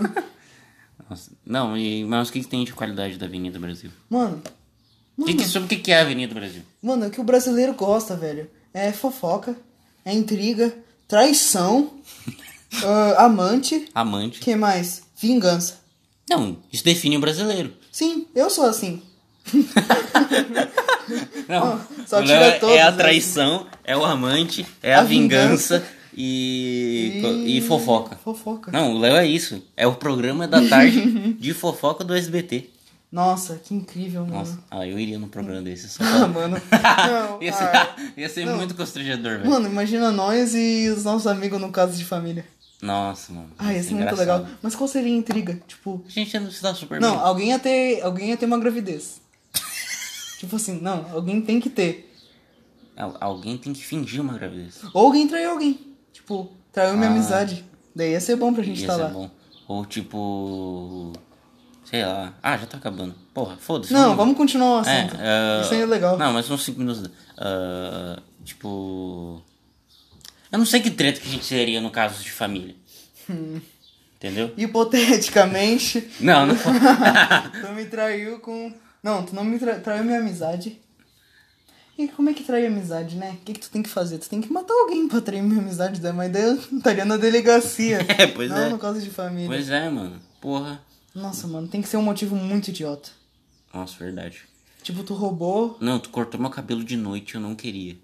Nossa. Não, e, mas o que, que tem de qualidade da Avenida Brasil?
Mano,
O Que que, sobre o que, que é a Avenida Brasil?
Mano, é o que o brasileiro gosta, velho. É fofoca, é intriga, traição, ah, amante,
Amante.
que mais? Vingança.
Não, isso define o brasileiro.
Sim, eu sou assim.
Não,
Ah, só
o Léo
tira
é-
todos,
É a
né?
traição, é o amante, é a,
A
vingança,
vingança.
e... e... fofoca.
Fofoca.
Não, o Léo é isso. É o programa da tarde de fofoca do SBT.
Nossa, que incrível, mano.
Nossa, ah, eu iria num programa desse só.
Ah, mano. Não,
ia ser,
ah.
ia ser muito constrangedor, velho.
Mano, imagina nós e os nossos amigos no caso de família.
Nossa, mano.
Ah, ia ser muito
engraçado.
legal. Mas qual seria a intriga? Tipo,
A gente não se dá super
não,
bem.
alguém ia ter, alguém ia ter uma gravidez. tipo assim, não, alguém tem que ter.
Al- alguém tem que fingir uma gravidez.
Ou alguém traiu alguém. Tipo, traiu minha
Ah.
amizade. Daí ia ser bom pra gente
Ia
tá
ser
lá.
bom. Ou tipo. Sei lá. Ah, já tá acabando. Porra, foda-se.
Não, vamos continuar o assunto.
É, ah,
Isso aí é legal.
Não, mas uns 5 minutos. Ah, tipo. Eu não sei que treta que a gente seria no caso de família. Entendeu?
Hipoteticamente,
Não, não.
tu me traiu com. Não, tu não me tra... traiu minha amizade. E como é que traiu a amizade, né? O que, que tu tem que fazer? Tu tem que matar alguém pra trair minha amizade, né? mas daí eu estaria na delegacia.
É, pois
não,
é.
Não, causa de família.
pois é, mano. Porra.
Nossa, mano, tem que ser um motivo muito idiota.
Nossa, verdade.
Tipo, tu roubou.
Não, tu cortou meu cabelo de noite, eu não queria.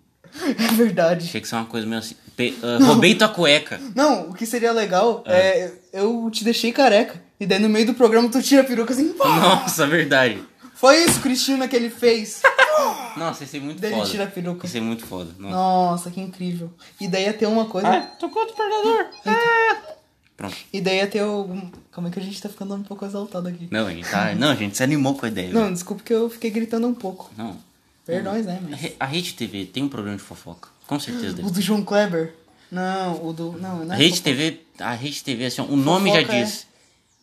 É verdade.
Tinha que ser uma coisa meio assim. Pe- ah, roubei tua cueca.
Não, o que seria legal é. eu te deixei careca. E daí no meio do programa tu tira a peruca assim, pô!
Nossa, verdade.
Foi isso, Cristina, que ele fez.
Nossa, ia ser muito
Daí ele
foda.
tira a peruca.
Ia ser muito foda. Nossa.
Nossa, que incrível. E daí ia ter uma coisa.
tocou outro predador. Pronto.
E daí ia ter algum. Calma aí que a gente tá ficando um pouco exaltado aqui.
Não, a gente tá... Não, a gente se animou com a ideia.
Não,
velho.
desculpa que eu fiquei gritando um pouco.
não.
Perdões, né, mas.
A Rede TV tem um programa de fofoca. Com certeza
O
deve.
do João Kleber? Não, o do. Não, não.
A
é
Rede
fofo-
TV, a Rede TV, assim, ó, o nome já
Fofoca é-
diz.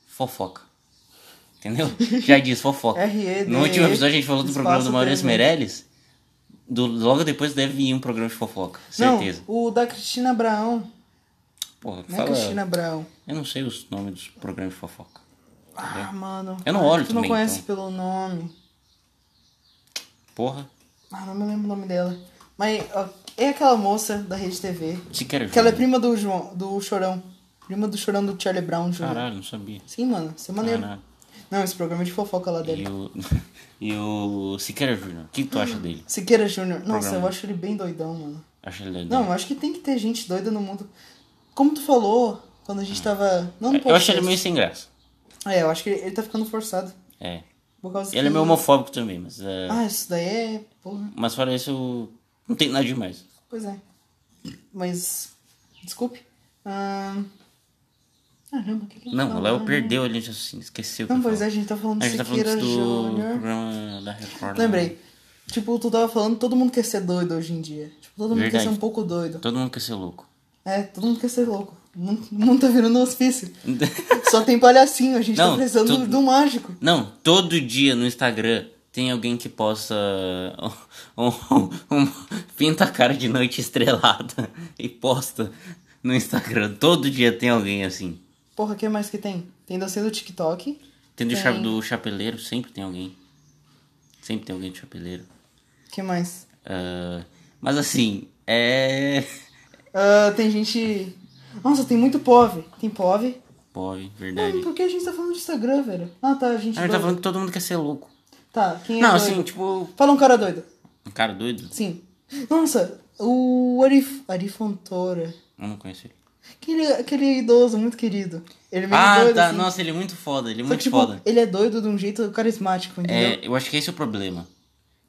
Fofoca. Entendeu? Já diz fofoca.
RED,
no último episódio a gente falou do
espaço
programa do Maurício
TV.
Meirelles. Do, logo depois deve vir um programa de fofoca. Certeza.
Não, o da Cristina Abraão.
Porra,
Não
fala.
é Cristina Abraão.
Eu não sei os nomes dos programas de fofoca.
Ah, mano.
É. Eu não olho
Tu não
também,
conhece
então.
pelo nome.
Porra.
Ah, não me lembro o nome dela. Mas ó, é aquela moça da Rede TV.
Se quer
Que ela é
jogo.
prima do João, do Chorão. Prima do Chorão do Charlie Brown Jr.
Caralho, não sabia.
Sim, mano, isso é maneiro.
Caralho.
Não, esse programa é de fofoca lá dele.
E o, e o Siqueira Júnior, o que tu acha dele?
Siqueira Júnior. Nossa,
Programa. É.
eu acho ele bem doidão, mano.
Acha ele doido?
Não, eu acho que tem que ter gente doida no mundo. Como tu falou, quando a gente tava. Não, no
É. eu acho ele
podcast.
meio sem graça.
É, eu acho que ele, ele tá ficando forçado.
É.
Por causa
Ele é
que-
meio homofóbico também, mas, é,
Ah, isso daí é. Porra.
mas fora isso, eu- não tem nada demais.
Pois é. Mas. Desculpe. Ah, Caramba, o que que a gente
Não, o
tava
Léo
falando?
perdeu ele, assim, esqueceu. o que
Não,
eu
pois é, a
falava.
gente tá falando
A
de
gente tá falando
Siqueira
disso do
Júnior.
programa da Record. né?
Lembrei. Tipo, tu tava falando, todo mundo quer ser doido hoje em dia. Tipo, todo mundo
Verdade.
quer ser um pouco doido.
Todo mundo quer ser louco.
É, todo mundo quer ser louco. O mundo- o mundo tá virando um hospício. Só tem palhacinho, a gente
Não,
tá precisando
tudo-
de um mágico.
Não, todo dia no Instagram tem alguém que possa um, um- um- pinta a cara de noite estrelada e posta no Instagram. Todo dia tem alguém assim.
Porra, o que mais que tem? Tem dancinha do TikTok.
Tem do,
Tem.
cha- do chapeleiro, sempre tem alguém. Sempre tem alguém de chapeleiro.
O que mais?
Ah, mas assim, é.
Ah, tem gente. Nossa, tem muito POV. Tem POV.
Pove,
Não,
verdade.
por que a gente tá falando de Instagram, velho? Ah, tá, a gente.
A gente tá
doido.
falando que todo mundo quer ser louco.
Tá, quem é
Não,
doido?
assim, tipo,
Fala um cara doido.
um cara doido.
Sim. Nossa, o Arif... Arifontora.
Eu não conheço ele.
Aquele, aquele idoso muito querido. Ele é meio
Ah,
doido,
tá.
assim.
Nossa, ele é muito foda. Ele é
Só
muito
que, tipo,
foda.
ele é doido de um jeito carismático, entendeu?
É, eu acho que esse é o problema.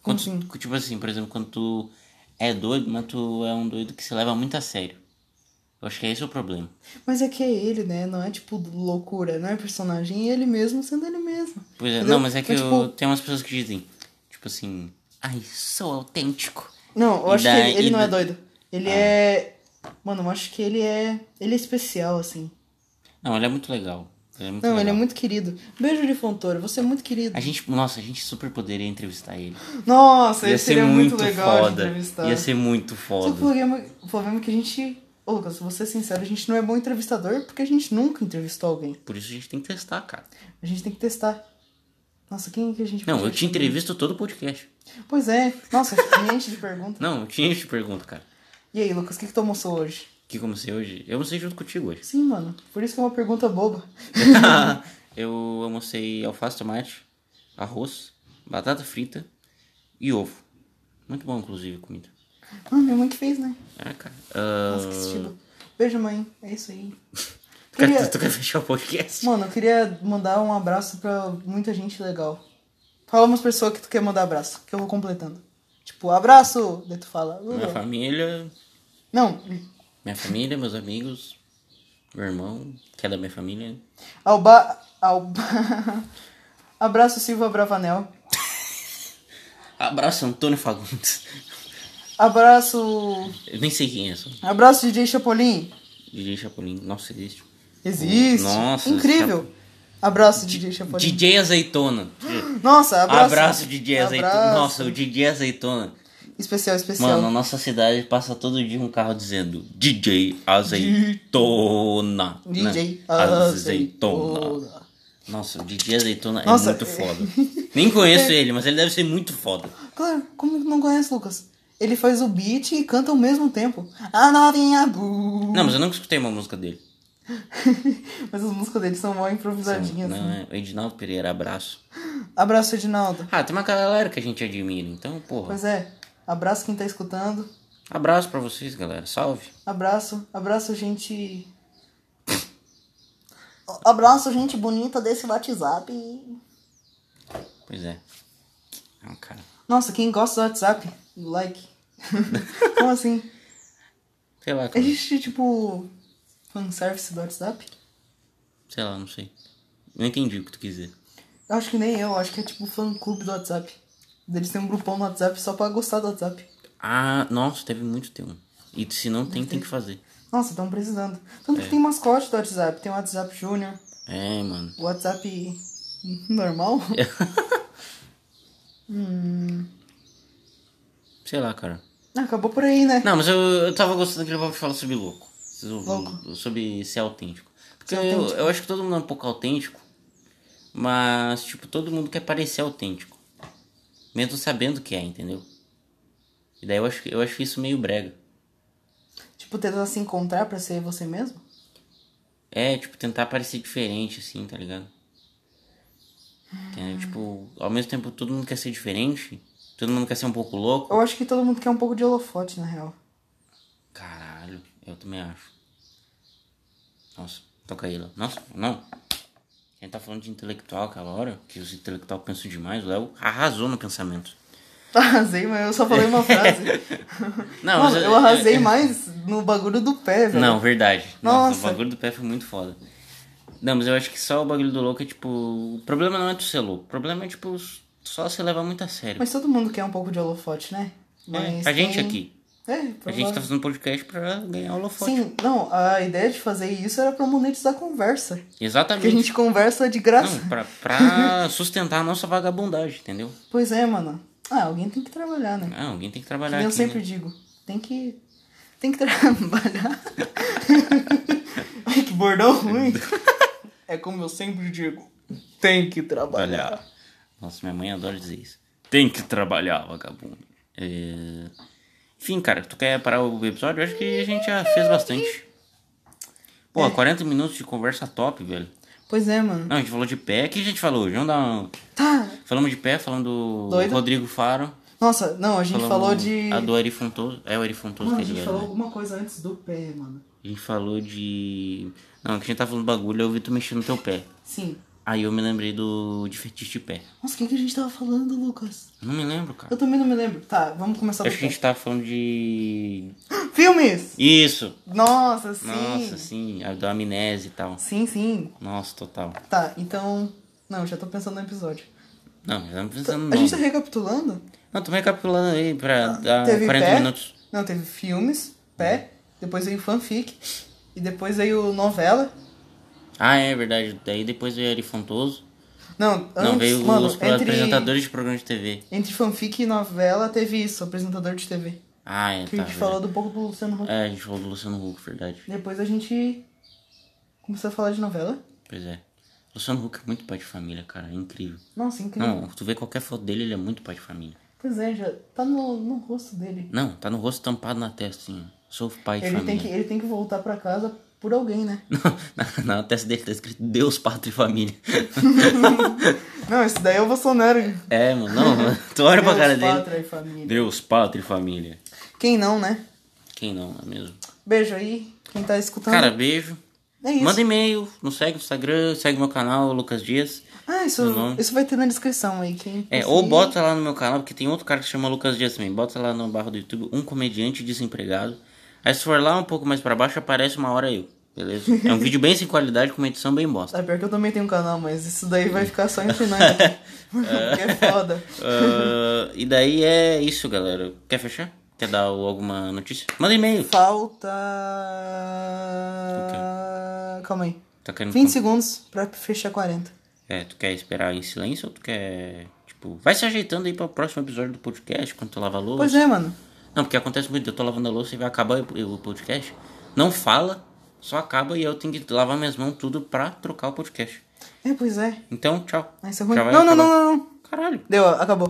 Como
Quando, tu- Tipo assim, por exemplo, quando tu é doido, mas tu é um doido que se leva muito a sério. Eu acho que esse é o problema.
Mas é que é ele, né? Não é tipo loucura, não é personagem, é ele mesmo sendo ele mesmo.
Pois é,
Entendeu?
não, mas é que
Mas,
eu,
tipo,
tem umas pessoas que dizem, tipo assim, ai, sou autêntico.
Não, eu
E
acho
daí- Ah.
que ele, ele
e
não é
da-
doido. Ele é. Mano, eu acho que ele é. Ele é especial, assim.
Não, ele é muito legal. Ele é muito
Não,
legal.
ele é muito querido. Beijo de Fontoura, você é muito querido.
A gente, nossa, a gente super poderia entrevistar ele.
Nossa,
Ia
ele
ser
seria muito,
muito
legal de
foda.
entrevistar.
Ia ser muito
Só que o
foda.
problema, o problema é que a gente. Ô, Lucas, vou ser sincero, a gente não é bom entrevistador porque a gente nunca entrevistou alguém.
Por isso a gente tem que testar, cara.
A gente tem que testar. Nossa, quem é que a gente
Não,
podia
eu te
chamar?
entrevisto todo podcast.
Pois é. Nossa, cliente de pergunta.
Não, eu te encho de pergunta, cara.
E aí, Lucas, o que, que tu almoçou hoje?
O que comecei hoje? Eu almocei junto contigo hoje.
Sim, mano. Por isso que é uma pergunta boba.
eu almocei alface, tomate, arroz, batata frita e ovo. Muito bom, inclusive, a comida.
Ah, minha mãe que fez, né?
Ah, cara. Ah,
Nossa, que estilo. Beijo, mãe. É isso aí.
tu quer-
Queria-
Tu quer fechar o podcast?
Mano, eu queria mandar um abraço pra muita gente legal. Fala umas pessoas que tu quer mandar abraço, que eu vou completando. Tipo, abraço! Daí tu fala. Lula.
Minha família,
Não.
minha família, meus amigos, meu irmão, que é da minha família.
Alba. Alba. abraço, Silva Bravanel.
Abraço, Antônio Fagundes.
Abraço.
Eu nem sei quem é, só.
Abraço, DJ Chapolin.
DJ Chapolin. Nossa, é tipo existe.
Existe.
Nossa,
Incrível. Abraço, DJ Chapolin.
DJ Azeitona.
Nossa, abraço.
Abraço, DJ Azeitona.
Abraço. é
Nossa, o DJ Azeitona.
Especial, especial.
Mano, a nossa cidade passa todo dia um carro dizendo DJ Azeitona. né?
DJ
Azeitona.
azeitona.
Nossa, o DJ Azeitona é
Nossa,
muito
é-
foda. Nem conheço ele, mas ele deve ser muito foda.
Claro, como que não conhece, Lucas? Ele faz o beat e canta ao mesmo tempo. A novinha bu.
Não, mas eu nunca escutei uma música dele.
Mas as músicas dele são mal improvisadinhas.
Não,
assim.
é Edinaldo Pereira, abraço.
Abraço, Edinaldo.
Ah, tem uma galera que a gente admira, então, porra.
Pois é, abraço quem tá escutando.
Abraço pra vocês, galera. Salve.
Abraço, abraço, gente. Abraço, gente bonita desse WhatsApp.
Pois é. Ah, cara.
Nossa, quem gosta do WhatsApp, like. Como assim?
Sei lá, cara.
Existe tipo fanservice do WhatsApp?
Sei lá, não sei. Não entendi o que tu quis dizer.
Eu acho que nem eu, acho que é tipo fã clube do WhatsApp. Eles têm um grupão no WhatsApp só pra gostar do WhatsApp.
Ah, nossa, deve muito ter um. E se não tem, tem que fazer.
Nossa, estão precisando. Tanto que tem mascote do WhatsApp, tem o WhatsApp Júnior,
É, mano.
o WhatsApp normal.
Sei lá, cara.
Acabou por aí, né?
Não, mas eu, eu tava gostando que ele falava sobre louco. Vocês ouviram?
Louco.
Sobre ser autêntico. Porque
Ser
eu,
autêntico.
eu acho que todo mundo é um pouco autêntico. Mas, tipo, todo mundo quer parecer autêntico. Mesmo sabendo que é, entendeu? E daí eu acho, que- eu acho isso meio brega.
Tipo, tentar se encontrar pra ser você mesmo.
É, tipo, tentar parecer diferente, assim, tá ligado? Entendeu? Tipo, ao mesmo tempo todo mundo quer ser diferente, todo mundo quer ser um pouco louco.
Eu acho que todo mundo quer um pouco de holofote, na real.
Caralho, eu também acho. Nossa, toca aí, Léo. Nossa, não. Quem tá falando de intelectual aquela hora, que os intelectual pensam demais, o Léo arrasou no pensamento.
Tá, Arrasei, mas eu só falei uma frase.
Não,
Mano,
mas- é,
eu arrasei mais no bagulho do pé, velho.
Não, verdade. Nossa,
Nossa.
o bagulho do pé foi muito foda. Não, mas eu acho que só o bagulho do louco é tipo. O problema não é tu ser louco, o problema é tipo só se levar muito a sério.
Mas todo mundo quer um pouco de holofote, né? Mas
É, a gente
tem-
aqui.
É,
A gente tá
provável.
fazendo podcast pra ganhar holofote.
Sim, não, a ideia de fazer isso era pra monetizar a conversa. Porque a
Exatamente.
gente conversa de graça.
Não, pra, pra sustentar a nossa vagabundagem, entendeu?
Pois é, mano. Ah, alguém tem que trabalhar, né?
Ah, alguém tem que trabalhar
Eu
aqui,
sempre
né?
digo, tem que. Tem que trabalhar. Ai, que bordão ruim. É como eu sempre digo, tem que trabalhar.
Trabalhar. Nossa, minha mãe adora dizer isso. Tem que trabalhar, vagabundo. É... Enfim, cara, tu quer parar o episódio? Eu acho que a gente já fez bastante.
É.
Pô, 40 minutos de conversa top, velho.
Pois é, mano.
Não, a gente falou de pé. O que a gente falou hoje? Vamos dar um...
Tá.
Falamos de pé, falando do
Doido.
Rodrigo Faro.
Nossa, não, a gente
falamos
falou de.
A do Ari Fontoso. É o Ari Fontoso
Mano,
que
a
ele
gente
era,
falou
né?
alguma coisa antes do pé, mano.
A gente falou de. Não, que a gente tá falando bagulho, eu vi tu mexendo no teu pé.
Sim.
Aí eu me lembrei do. de fetiche de pé.
Nossa, o que, que a gente tava falando, Lucas?
Eu Não me lembro,
Eu
cara.
também não me lembro. Tá, vamos começar do
Acho que a
pé.
gente tava falando de.
Filmes!
Isso!
Nossa, sim.
Nossa, sim, a do amnésia e tal.
Sim, sim.
Nossa, total.
Tá, então. Não, já tô pensando no episódio.
Não, mas eu não precisando
A gente tá
não.
recapitulando?
Não, tô recapitulando aí pra dar
teve
40
pé,
minutos.
Não, teve filmes, pé, depois veio fanfic, e depois veio novela.
Ah, é verdade. Daí depois veio Ari Fontoso.
Não, antes,
não, veio
mano,
os
entre,
apresentadores de programa de TV.
entre fanfic e novela teve isso, apresentador de TV.
Ah, é,
Que
tá.
a gente
verdade.
falou do pouco do Luciano Huck.
É, a gente falou do Luciano Huck, verdade.
Depois a gente começou a falar de novela.
Pois é. Luciano Huck é muito pai de família, cara. É incrível.
Nossa, incrível.
Não, tu vê qualquer foto dele, ele é muito pai de família.
Pois é, já tá no, no rosto dele.
Não, tá no rosto tampado na testa, assim. ó. Sou pai de
Ele tem,
família.
que, ele tem que voltar pra casa por alguém, né?
Não, na, na testa dele tá escrito Deus, Pátria e Família.
Não, esse daí é o Bolsonaro.
É, mano, não, mano. tu olha pra
Deus,
cara dele.
pátria e família.
Deus, Pátria e Família.
Quem não, né?
Quem não, não é mesmo?
Beijo aí, quem tá escutando.
Cara, beijo.
é isso.
Manda e-mail, nos segue no Instagram, segue meu canal, Lucas Dias.
Ah, isso,
Meu nome.
isso vai ter na descrição aí. Quem
É, ou bota lá no meu canal, porque tem outro cara que chama Lucas Dias também. Bota lá no barra do YouTube, um comediante desempregado. Aí se for lá um pouco mais pra baixo, aparece uma hora eu, beleza? É um vídeo bem sem qualidade, com uma edição bem bosta.
Ah, pior que eu também tenho um canal, mas isso daí vai ficar só entre nós. aqui. Porque é foda.
Ah, e daí é isso, galera. Quer fechar? Quer dar o- alguma notícia? Manda e-mail.
Falta. Calma aí.
Tá querendo...
20 segundos pra fechar 40.
É, tu quer esperar em silêncio ou tu quer, tipo, Tipo, vai se ajeitando aí para o próximo episódio do podcast, quando tu lava a louça.
Pois é, mano.
Não, porque acontece muito, eu tô lavando a louça e vai acabar o o podcast. Não fala, só acaba e eu tenho que lavar minhas mãos tudo pra trocar o podcast.
É, pois é.
Então, tchau.
Aí você é ruim.
Já vai
Não, não, não,
acabar.
não, não.
Caralho.
Deu, acabou.